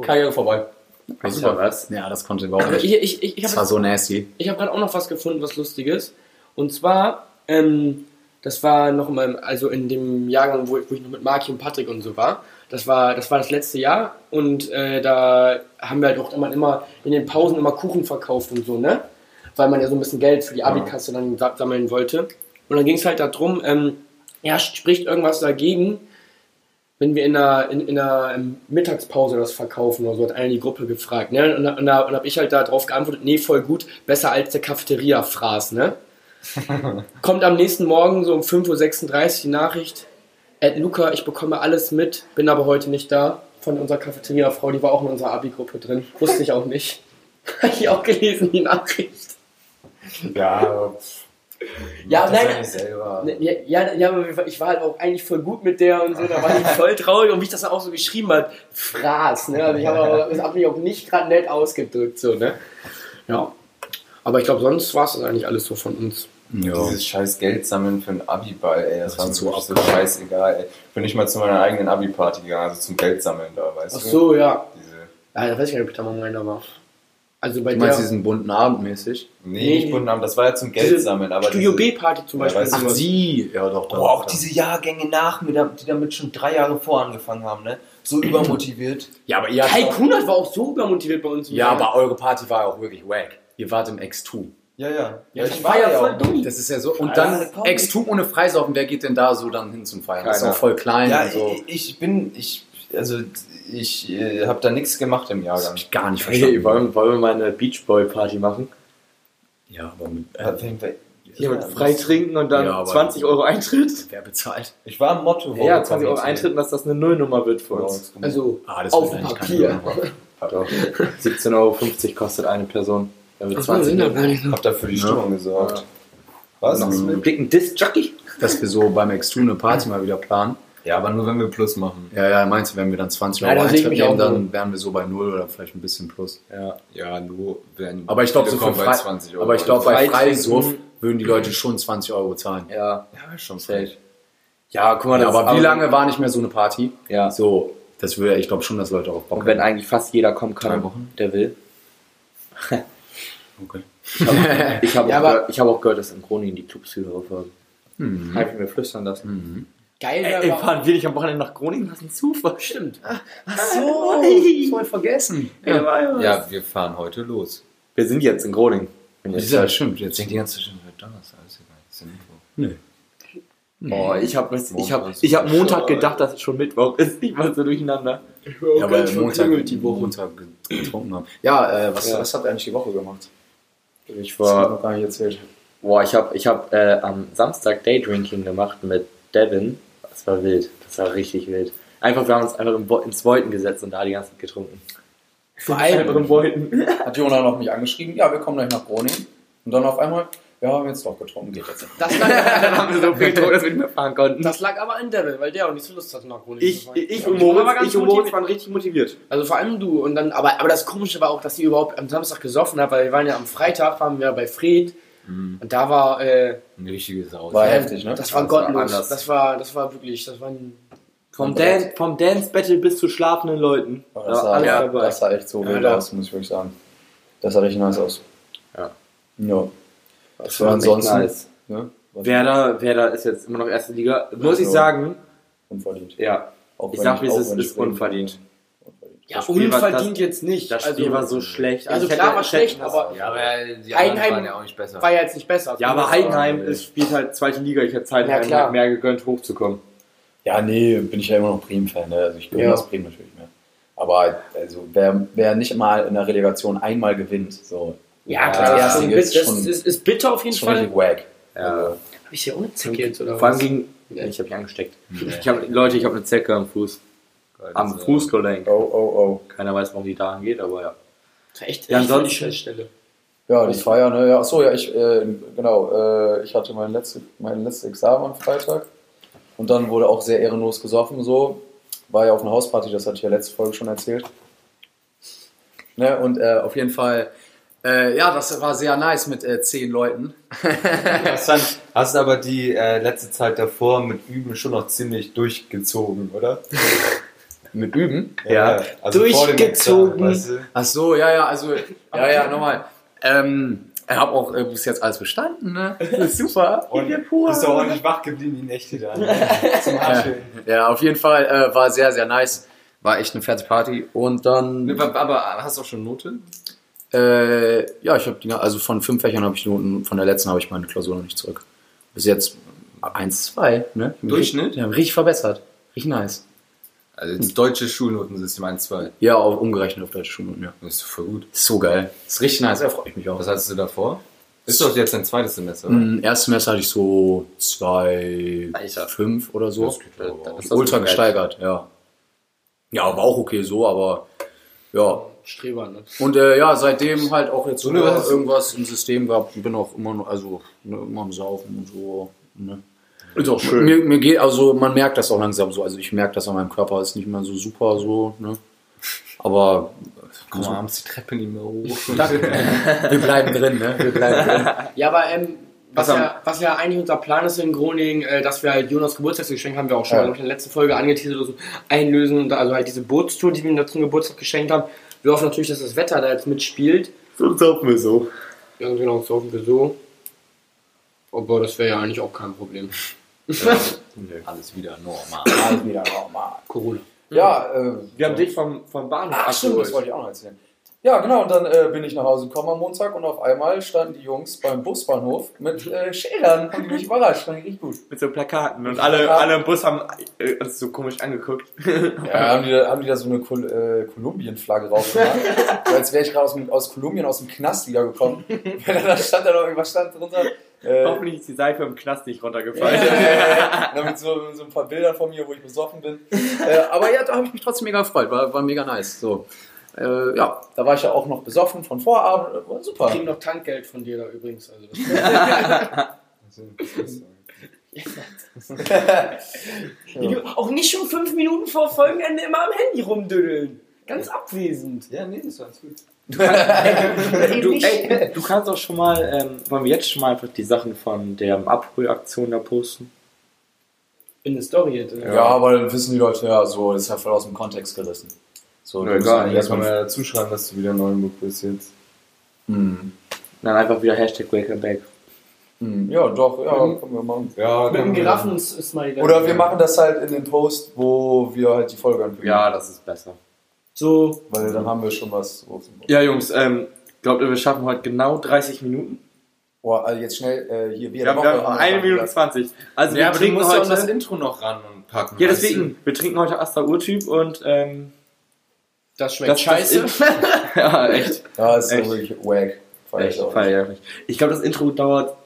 Speaker 2: Karriere vorbei. War
Speaker 1: Alter,
Speaker 2: super.
Speaker 1: was?
Speaker 2: Ja, das konnte überhaupt
Speaker 5: Aber
Speaker 2: nicht.
Speaker 5: ich, ich, ich, ich
Speaker 2: Das
Speaker 5: habe
Speaker 2: war so nasty.
Speaker 5: ich habe gerade auch noch was gefunden, was lustig ist. Und zwar, ähm, das war noch in meinem, also in dem Jahrgang, wo ich, wo ich noch mit Marki und Patrick und so war. Das war das, war das letzte Jahr und äh, da haben wir halt auch immer, immer in den Pausen immer Kuchen verkauft und so, ne? Weil man ja so ein bisschen Geld für die Abikasse dann sa- sammeln wollte. Und dann ging es halt darum, ähm, ja, spricht irgendwas dagegen, wenn wir in einer, in, in einer Mittagspause das verkaufen oder so, hat einer die Gruppe gefragt. Ne? Und, da- und, da- und habe ich halt darauf geantwortet, nee, voll gut, besser als der Cafeteria-Fraß. Ne? Kommt am nächsten Morgen so um 5.36 Uhr die Nachricht, Ed Luca, ich bekomme alles mit, bin aber heute nicht da. Von unserer Cafeteria-Frau, die war auch in unserer Abi-Gruppe drin. Wusste ich auch nicht. Habe ich auch gelesen, die Nachricht.
Speaker 4: Ja,
Speaker 5: Ja, nein,
Speaker 4: selber.
Speaker 5: Ne, Ja, ja, ja, aber wir- ich war halt auch eigentlich voll gut mit der und so, da war ich voll traurig und wie ich das dann auch so geschrieben hat, Fraß, ne? Also ich habe aber- das hab mich auch nicht gerade nett ausgedrückt, so, ne? Ja. Aber ich glaube, sonst war es das eigentlich alles so von uns.
Speaker 2: Ja.
Speaker 4: Dieses scheiß Geld sammeln für einen Abi-Ball, ey, das,
Speaker 2: Das
Speaker 4: war
Speaker 2: ist so
Speaker 4: so, so scheißegal, ey. Ich bin nicht mal zu meiner eigenen Abi-Party gegangen, also zum Geld sammeln da, weißt
Speaker 5: Ach
Speaker 4: du?
Speaker 5: so, ja.
Speaker 4: Diese,
Speaker 5: Also ja da weiß ich gar nicht, ob ich da mal meiner war. Also bei
Speaker 2: Du meinst
Speaker 5: der
Speaker 2: diesen bunten Abend mäßig?
Speaker 4: nee,
Speaker 5: Nee.
Speaker 4: nicht Bundesamt, das war ja zum Geld
Speaker 5: diese
Speaker 4: sammeln, aber.
Speaker 5: Studio
Speaker 4: diese-
Speaker 5: B-Party zum
Speaker 4: Ja,
Speaker 5: Beispiel.
Speaker 4: weiß ich
Speaker 5: sowas.
Speaker 2: sie. Ja, doch. doch
Speaker 4: Boah, auch diese Jahrgänge nach mir, da- die damit schon drei Jahre vor angefangen haben, ne? So übermotiviert.
Speaker 2: Ja, aber ihr habt
Speaker 5: Kai
Speaker 2: auch-
Speaker 5: Kunert war auch so übermotiviert bei uns. im
Speaker 2: ja,
Speaker 5: Jahr.
Speaker 2: aber eure Party war ja auch wirklich wack. Ihr wart im X2.
Speaker 4: Ja, ja.
Speaker 5: ja, ich war ja voll dumm.
Speaker 2: Das ist ja so. Und
Speaker 4: Scheiße.
Speaker 2: dann X2 ohne Freisaufen. Wer geht denn da so dann hin zum Feiern? Das ist
Speaker 4: Keiner.
Speaker 2: auch voll klein
Speaker 4: Ja,
Speaker 2: und so.
Speaker 4: ich, ich bin, ich, also, ich äh, hab da nichts gemacht im
Speaker 2: Das
Speaker 4: Jahrgang.
Speaker 2: hab ich gar nicht verstanden.
Speaker 1: Hey, wollen, wollen wir mal eine Beachboy-Party machen?
Speaker 2: ja, aber mit, äh,
Speaker 4: Auf jeden Fall.
Speaker 1: Hier mit frei trinken und dann
Speaker 2: Ja, aber-
Speaker 1: 20 Euro Eintritt?
Speaker 2: wer bezahlt?
Speaker 4: Ich war im Motto.
Speaker 1: Ja, 20 Euro Eintritt, und dass das eine Nullnummer wird für uns.
Speaker 4: Also,
Speaker 5: Also,
Speaker 2: Ah, das
Speaker 5: auf
Speaker 2: wird
Speaker 5: dem
Speaker 2: eigentlich keine
Speaker 5: Papier.
Speaker 2: Ahnung.
Speaker 1: Doch. 17,50 Euro kostet eine Person. Da wird
Speaker 5: Das war
Speaker 1: 20
Speaker 5: Sinn dabei.
Speaker 4: hab da für die Stimmung gesorgt. Was?
Speaker 1: Einen dicken Disc-Jockey?
Speaker 2: Dass wir so beim X2 eine Party mal wieder planen.
Speaker 4: Ja, aber nur wenn wir Plus machen.
Speaker 2: Ja, ja, meinst du, wenn wir dann 20
Speaker 5: Ja,
Speaker 2: Euro
Speaker 5: da sehe ich
Speaker 2: Eintritt
Speaker 5: mich auch
Speaker 2: nehmen, dann
Speaker 5: drin.
Speaker 2: wären wir so bei 0 oder vielleicht ein bisschen plus.
Speaker 1: Ja.
Speaker 4: Ja, nur wenn.
Speaker 2: Aber ich glaube, so für
Speaker 4: Viele kommen
Speaker 2: frei,
Speaker 4: bei 20 Euro.
Speaker 2: aber ich glaube, bei
Speaker 1: Freitrinken-
Speaker 2: Freisuff würden die Leute schon 20 Euro zahlen.
Speaker 1: Ja.
Speaker 4: Ja, schon
Speaker 1: Safe. Ja, guck mal, das
Speaker 2: aber wie
Speaker 1: ist-
Speaker 2: lange war nicht mehr so eine Party?
Speaker 1: Ja.
Speaker 2: So, das würde, ich glaube schon, dass Leute auch Bock
Speaker 1: Und wenn eigentlich fast jeder kommen kann,
Speaker 2: Drei Wochen?
Speaker 1: der will.
Speaker 2: Okay.
Speaker 1: Ich habe
Speaker 5: Ja,
Speaker 1: auch,
Speaker 5: aber-
Speaker 1: gehört- ich hab auch gört, dass in Groningen die Clubsüre folgen.
Speaker 2: Hm.
Speaker 1: Mhm. Habe ich mir flüstern lassen.
Speaker 5: Geil
Speaker 1: Ey,
Speaker 5: wäre
Speaker 1: ey,
Speaker 5: aber-
Speaker 1: fahren wir nicht am Wochenende nach Groningen? Was ein Zufall. Ah,
Speaker 5: Stimmt.
Speaker 2: Ach so, voll vergessen. Ja.
Speaker 4: Ja, wir fahren heute los.
Speaker 1: Wir sind jetzt in Groningen. Und jetzt-
Speaker 2: Ja, stimmt. Jetzt
Speaker 4: die ganze Zeit wird Donnerstag, alles egal. Ist ja Mittwoch.
Speaker 1: Boah, ich habe ich hab, ich hab Montag gedacht, dass es schon Mittwoch ist. Ich war so durcheinander.
Speaker 2: ja, weil
Speaker 5: Ganz schön
Speaker 2: Montag,
Speaker 5: klingelt die
Speaker 2: die
Speaker 5: Woche.
Speaker 2: Montag getrunken haben. Ja, äh, was,
Speaker 1: Ja.
Speaker 2: was habt ihr eigentlich die Woche gemacht?
Speaker 1: Ich
Speaker 2: Das hab ich
Speaker 1: war,
Speaker 2: noch gar nicht erzählt.
Speaker 1: boah, ich habe ich hab, äh, am Samstag Daydrinking gemacht mit Devin. Das war wild. Das war richtig wild. Einfach, wir haben uns einfach im Wo- ins Beuten gesetzt und da die ganze Zeit getrunken.
Speaker 5: Vor allem,
Speaker 1: im Beuten.
Speaker 3: Hat Jonah noch mich angeschrieben, ja, wir kommen gleich nach Groningen. Und dann auf einmal, ja, haben wir jetzt doch getrunken, geht jetzt nicht.
Speaker 5: das lag,
Speaker 1: Dann haben wir so viel getrunken, dass wir nicht mehr fahren konnten.
Speaker 5: das lag aber an Devil, weil der auch nicht so Lust hatte nach Groningen zu
Speaker 1: Ich,
Speaker 5: fahren.
Speaker 1: ich
Speaker 5: Ja,
Speaker 1: und
Speaker 5: war aber
Speaker 1: Moritz,
Speaker 5: ganz
Speaker 1: ich und
Speaker 5: motiviert.
Speaker 1: Moritz waren richtig motiviert.
Speaker 5: Also vor allem du und dann, aber, aber das Komische war auch, dass sie überhaupt am Samstag gesoffen hat, weil wir waren ja am Freitag, waren wir bei Fred
Speaker 1: Mhm.
Speaker 5: und da war, äh,
Speaker 4: Ein richtiges Haus.
Speaker 3: War heftig, ne?
Speaker 5: das war
Speaker 1: Also, Das war
Speaker 5: gottlos,
Speaker 1: anders.
Speaker 5: das war, das war wirklich, das war ein,
Speaker 1: Vom, Dan vom Dance Battle bis zu schlafenden Leuten.
Speaker 3: Aber
Speaker 1: Da
Speaker 3: Oh, das,
Speaker 1: war
Speaker 3: sah,
Speaker 1: alles
Speaker 3: ja,
Speaker 1: dabei.
Speaker 3: das sah echt so wild
Speaker 5: da-
Speaker 3: aus, muss ich wirklich sagen. Das sah richtig nice aus.
Speaker 1: Ja.
Speaker 3: Ja.
Speaker 1: Das
Speaker 3: war
Speaker 1: echt
Speaker 3: ansonsten- Ne? Was
Speaker 1: Werder, Werder ist jetzt immer noch erste Liga. Muss
Speaker 3: Also-
Speaker 1: ich sagen,
Speaker 3: Unverdient.
Speaker 1: ja.
Speaker 3: Auch
Speaker 1: Ich
Speaker 3: wenn
Speaker 1: sag, wie es
Speaker 3: auch
Speaker 1: ist,
Speaker 3: wenn
Speaker 1: ist
Speaker 3: Schweden-
Speaker 1: unverdient.
Speaker 3: Unverdient.
Speaker 5: Ja,
Speaker 1: Spiel war-
Speaker 5: unverdient
Speaker 1: das-
Speaker 5: jetzt nicht.
Speaker 1: Das Spiel
Speaker 5: also,
Speaker 1: war so schlecht.
Speaker 5: also
Speaker 1: Ich hätte-
Speaker 5: klar war
Speaker 1: ich hätte-
Speaker 5: schlecht, aber
Speaker 4: Ja, aber die
Speaker 5: Eigenheim-
Speaker 4: anderen waren ja auch nicht besser.
Speaker 5: war ja jetzt nicht besser.
Speaker 1: Ja, aber Heidenheim ist, spielt halt zweite Liga. Ich hätte Heidenheim
Speaker 5: Ja, klar.
Speaker 1: mehr gegönnt, hochzukommen.
Speaker 3: Ja, nee, bin ich ja immer noch Bremen-Fan. Ne? Also ich gehöre
Speaker 5: Ja.
Speaker 3: das Bremen natürlich mehr. Aber also, wer, wer nicht mal in der Relegation einmal gewinnt, so.
Speaker 5: Ja,
Speaker 3: als
Speaker 5: klar. das ist,
Speaker 3: Erste
Speaker 5: schon,
Speaker 3: ist
Speaker 5: bit- das
Speaker 3: schon,
Speaker 5: ist, ist bitter auf jeden
Speaker 3: ist schon richtig
Speaker 5: Fall.
Speaker 3: wack.
Speaker 1: Ja.
Speaker 5: Habe ich hier ohne Zicke jetzt oder
Speaker 1: Vor allem
Speaker 5: was?
Speaker 1: gegen. Nee, ich habe mich angesteckt. Ich hab, Leute, ich habe eine Zecke am Fuß.
Speaker 4: äh, Also-
Speaker 1: Am Fußgelenk.
Speaker 3: Oh, oh, oh.
Speaker 1: Keiner weiß, warum die dahin geht, aber ja.
Speaker 5: Das war echt,
Speaker 1: Ja,
Speaker 5: ja, echt die
Speaker 1: ansonsten-
Speaker 5: Scheißstelle.
Speaker 3: Ja, das war ja, ne, ja, achso, ja, ich, äh, genau, äh, ich hatte mein letztes mein letztes Examen am Freitag und dann wurde auch sehr ehrenlos gesoffen, so. War ja auf einer Hausparty, das hatte ich ja letzte Folge schon erzählt.
Speaker 2: Ne? Und äh, auf jeden Fall, äh, ja, das war sehr nice mit äh, zehn Leuten.
Speaker 4: Hast dann, hast aber die äh, letzte Zeit davor mit Üben schon noch ziemlich durchgezogen, oder?
Speaker 3: Mit Üben?
Speaker 1: Ja.
Speaker 3: Äh,
Speaker 4: also vor dem
Speaker 5: Durchgezogen.
Speaker 4: Examen, weißt du?
Speaker 2: Ach so, ja, ja, also, ja, ja, nochmal. Ähm, ich habe auch äh, bis jetzt alles bestanden, ne? Das ist super.
Speaker 4: Und bist du auch nicht wach geblieben, die Nächte
Speaker 3: ne?
Speaker 4: da. Zum Arscheln.
Speaker 2: Ja, auf jeden Fall äh, war sehr, sehr nice. War echt eine fette Party. Und dann,
Speaker 4: Aber hast du auch schon Note?
Speaker 2: äh, ja, ich habe die, also von fünf Fächern habe ich Noten, von der letzten habe ich meine Klausur noch nicht zurück. Bis jetzt eins, zwei, ne?
Speaker 4: Durchschnitt?
Speaker 2: Ja, richtig verbessert. Richtig nice.
Speaker 4: Also das deutsche Schulnotensystem 1-2.
Speaker 2: Ja, auch umgerechnet auf deutsche Schulnoten, ja.
Speaker 4: Das ist voll gut.
Speaker 2: Ist so geil. Ist richtig nice, da freue ich mich auch.
Speaker 4: Was hattest du davor? Ist doch jetzt dein zweites Semester,
Speaker 3: Hm.
Speaker 4: oder?
Speaker 2: Im ersten Semester hatte ich so zwei,
Speaker 1: Alter.
Speaker 2: fünf oder so.
Speaker 4: Das geht aber auch.
Speaker 1: Das ist
Speaker 2: Ultra
Speaker 1: geil.
Speaker 2: gesteigert, ja. Ja, war auch okay so, aber ja.
Speaker 5: Streber, ne?
Speaker 2: Und äh, ja, seitdem halt auch jetzt so
Speaker 4: ne, was-
Speaker 2: irgendwas im System gehabt. Bin auch immer noch, also ne, immer am Saufen und so. Ne. Ist auch schön. Mir, mir geht, also man merkt das auch langsam so. Also ich merke das an meinem Körper, ist nicht mehr so super so, ne. Aber also
Speaker 4: Komm mal abends die Treppe nicht mehr hoch.
Speaker 2: wir bleiben drin, ne? Wir bleiben drin.
Speaker 5: Ja, aber ähm, was,
Speaker 1: Was
Speaker 3: Also
Speaker 1: haben-
Speaker 5: ja, was ja eigentlich unser Plan ist in Groningen, äh, dass wir halt Jonas Geburtstagsgeschenk haben wir auch schon
Speaker 3: Ja.
Speaker 5: mal glaub ich, in der letzten Folge angeteasert oder so einlösen. Und Also halt diese Bootstour, die wir ihm da zum Geburtstag geschenkt haben. Wir hoffen natürlich, dass das Wetter da jetzt mitspielt.
Speaker 1: So saufen wir so.
Speaker 5: Ja, genau, das hoffen wir so. Aber das wäre ja eigentlich auch kein Problem.
Speaker 4: Alles wieder normal.
Speaker 3: Alles wieder normal.
Speaker 5: Corona.
Speaker 3: Ja, äh,
Speaker 1: Wir haben dich vom, vom Bahnhof
Speaker 3: Ach stimmt, das wollte ich auch noch erzählen. Ja, genau, und dann äh, bin ich nach Hause gekommen am Montag und auf einmal standen die Jungs beim Busbahnhof mit äh, Schildern. Haben die mich überrascht, fand ich richtig gut.
Speaker 1: Mit so Plakaten. Und alle, alle im Bus haben äh, uns so komisch angeguckt.
Speaker 3: Ja, haben die, da- haben die da so eine Kol äh, Kolumbien-Flagge rausgemacht. so als wäre ich gerade aus, dem- aus Kolumbien aus dem Knast wiedergekommen. Weil da- da stand da noch irgendwas stand drunter. Äh,
Speaker 1: Hoffentlich ist die Seife im Knast nicht
Speaker 3: ja,
Speaker 1: runtergefallen.
Speaker 3: ja, ja, ja. Mit so, mit so ein paar Bildern von mir, wo ich besoffen bin.
Speaker 2: äh, aber ja, da habe ich mich trotzdem mega gefreut. War, war mega nice. So. Äh, ja.
Speaker 3: Da war ich ja auch noch besoffen von Vorabend. War
Speaker 5: Wir
Speaker 3: super.
Speaker 5: kriegen noch Tankgeld von dir da übrigens. Also das Wie du auch nicht schon fünf Minuten vor Folgenende immer am Handy rumdüdeln. Ganz abwesend.
Speaker 4: Ja, nee, das war alles gut.
Speaker 1: Du, ey, du kannst auch schon mal, ähm, wollen wir jetzt schon mal einfach die Sachen von der Abholaktion da posten?
Speaker 5: In der Story jetzt.
Speaker 3: Ja, aber dann wissen die Leute ja so, das ist ja voll aus dem Kontext gerissen. So,
Speaker 1: Na,
Speaker 3: die müssen
Speaker 1: egal,
Speaker 3: eigentlich
Speaker 4: Jetzt
Speaker 3: erstmal-
Speaker 4: kann man ja dazu schreiben, dass du wieder in Neuenburg bist jetzt.
Speaker 3: Hm.
Speaker 1: Dann einfach wieder Hashtag Welcome Back.
Speaker 3: Hm. Ja, doch, ja,
Speaker 1: Mhm.
Speaker 3: können wir machen.
Speaker 4: Ja,
Speaker 5: Mit dem
Speaker 4: dann-
Speaker 5: Giraffen ist mal wieder.
Speaker 3: Oder wir machen das halt in den Post, wo wir halt die Folge ankündigen.
Speaker 1: das ist besser.
Speaker 5: so.
Speaker 3: Weil dann haben wir schon was. so zum-
Speaker 1: Ja, Jungs, ähm, glaubt ihr, wir schaffen heute genau 30 Minuten?
Speaker 3: Boah, also jetzt schnell äh, hier. Wir
Speaker 1: Wir haben, wir haben
Speaker 3: haben wir
Speaker 1: eine
Speaker 3: dann
Speaker 1: Minute
Speaker 3: gesagt.
Speaker 1: 20. Also wir trinken
Speaker 4: ja an
Speaker 1: heute...
Speaker 4: Intro noch ran und packen.
Speaker 1: Ja, deswegen, wir trinken heute Astra Urtyp und ähm,
Speaker 5: Das schmeckt
Speaker 1: das
Speaker 5: scheiße.
Speaker 1: das In- ja, echt.
Speaker 3: Ja, das ist
Speaker 1: Echt.
Speaker 3: wirklich wack. Feier ich
Speaker 1: Echt,
Speaker 3: auch.
Speaker 1: feier ich auch nicht. Ich glaube, das Intro dauert,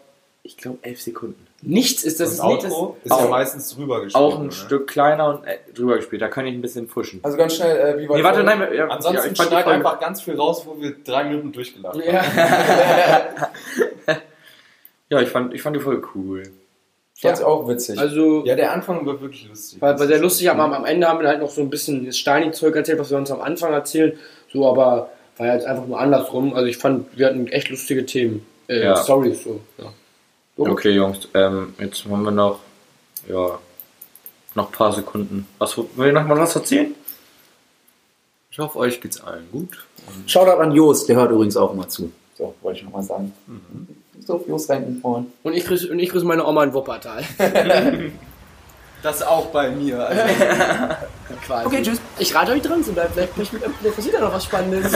Speaker 1: ich glaube, 11 Sekunden.
Speaker 5: Nichts ist das.
Speaker 4: Das
Speaker 5: ist nicht
Speaker 4: Outro ist
Speaker 1: auch-
Speaker 4: ja meistens ne? drüber gespielt.
Speaker 1: Auch ein
Speaker 4: oder?
Speaker 1: Stück kleiner und äh, drüber gespielt, da kann ich ein bisschen pushen.
Speaker 3: Also ganz schnell, äh, wie war
Speaker 1: Nee,
Speaker 3: die
Speaker 1: warte,
Speaker 3: Folge?
Speaker 1: nein, wir- ja, ja,
Speaker 4: Ansonsten
Speaker 1: ich fand die
Speaker 4: schneid
Speaker 1: Folge-
Speaker 4: einfach ganz viel raus, wo wir drei Minuten durchgeladen
Speaker 5: das.
Speaker 4: haben.
Speaker 5: Ja.
Speaker 1: Ja, ich fand, ich fand die Folge cool.
Speaker 3: Ich fand's auch witzig.
Speaker 5: Also,
Speaker 4: Ja, der Anfang war wirklich lustig.
Speaker 5: war, war sehr lustig, aber am- am Ende haben wir halt noch so ein bisschen das Steini-Zeug erzählt, was wir uns am Anfang erzählen. So, aber war ja jetzt einfach nur andersrum. Also, ich fand, wir hatten echt lustige Themen. Äh,
Speaker 1: Ja.
Speaker 5: Stories so. Ja.
Speaker 1: Okay, Jungs, ähm, jetzt haben wir noch, ja, noch ein paar Sekunden. Was, will ihr noch mal was erzählen?
Speaker 4: Ich hoffe, euch geht's allen gut.
Speaker 2: Shoutout an Joost, der hört übrigens auch immer zu. Mhm.
Speaker 3: so, wollte ich nochmal sagen. So, Jungs, rein vorne.
Speaker 5: Und ich grüße, und ich grüße meine Oma in Wuppertal.
Speaker 4: Das auch bei mir.
Speaker 5: quasi. Okay, tschüss. Ich rate euch dran zu bleiben. Vielleicht, vielleicht, vielleicht passiert da noch was Spannendes.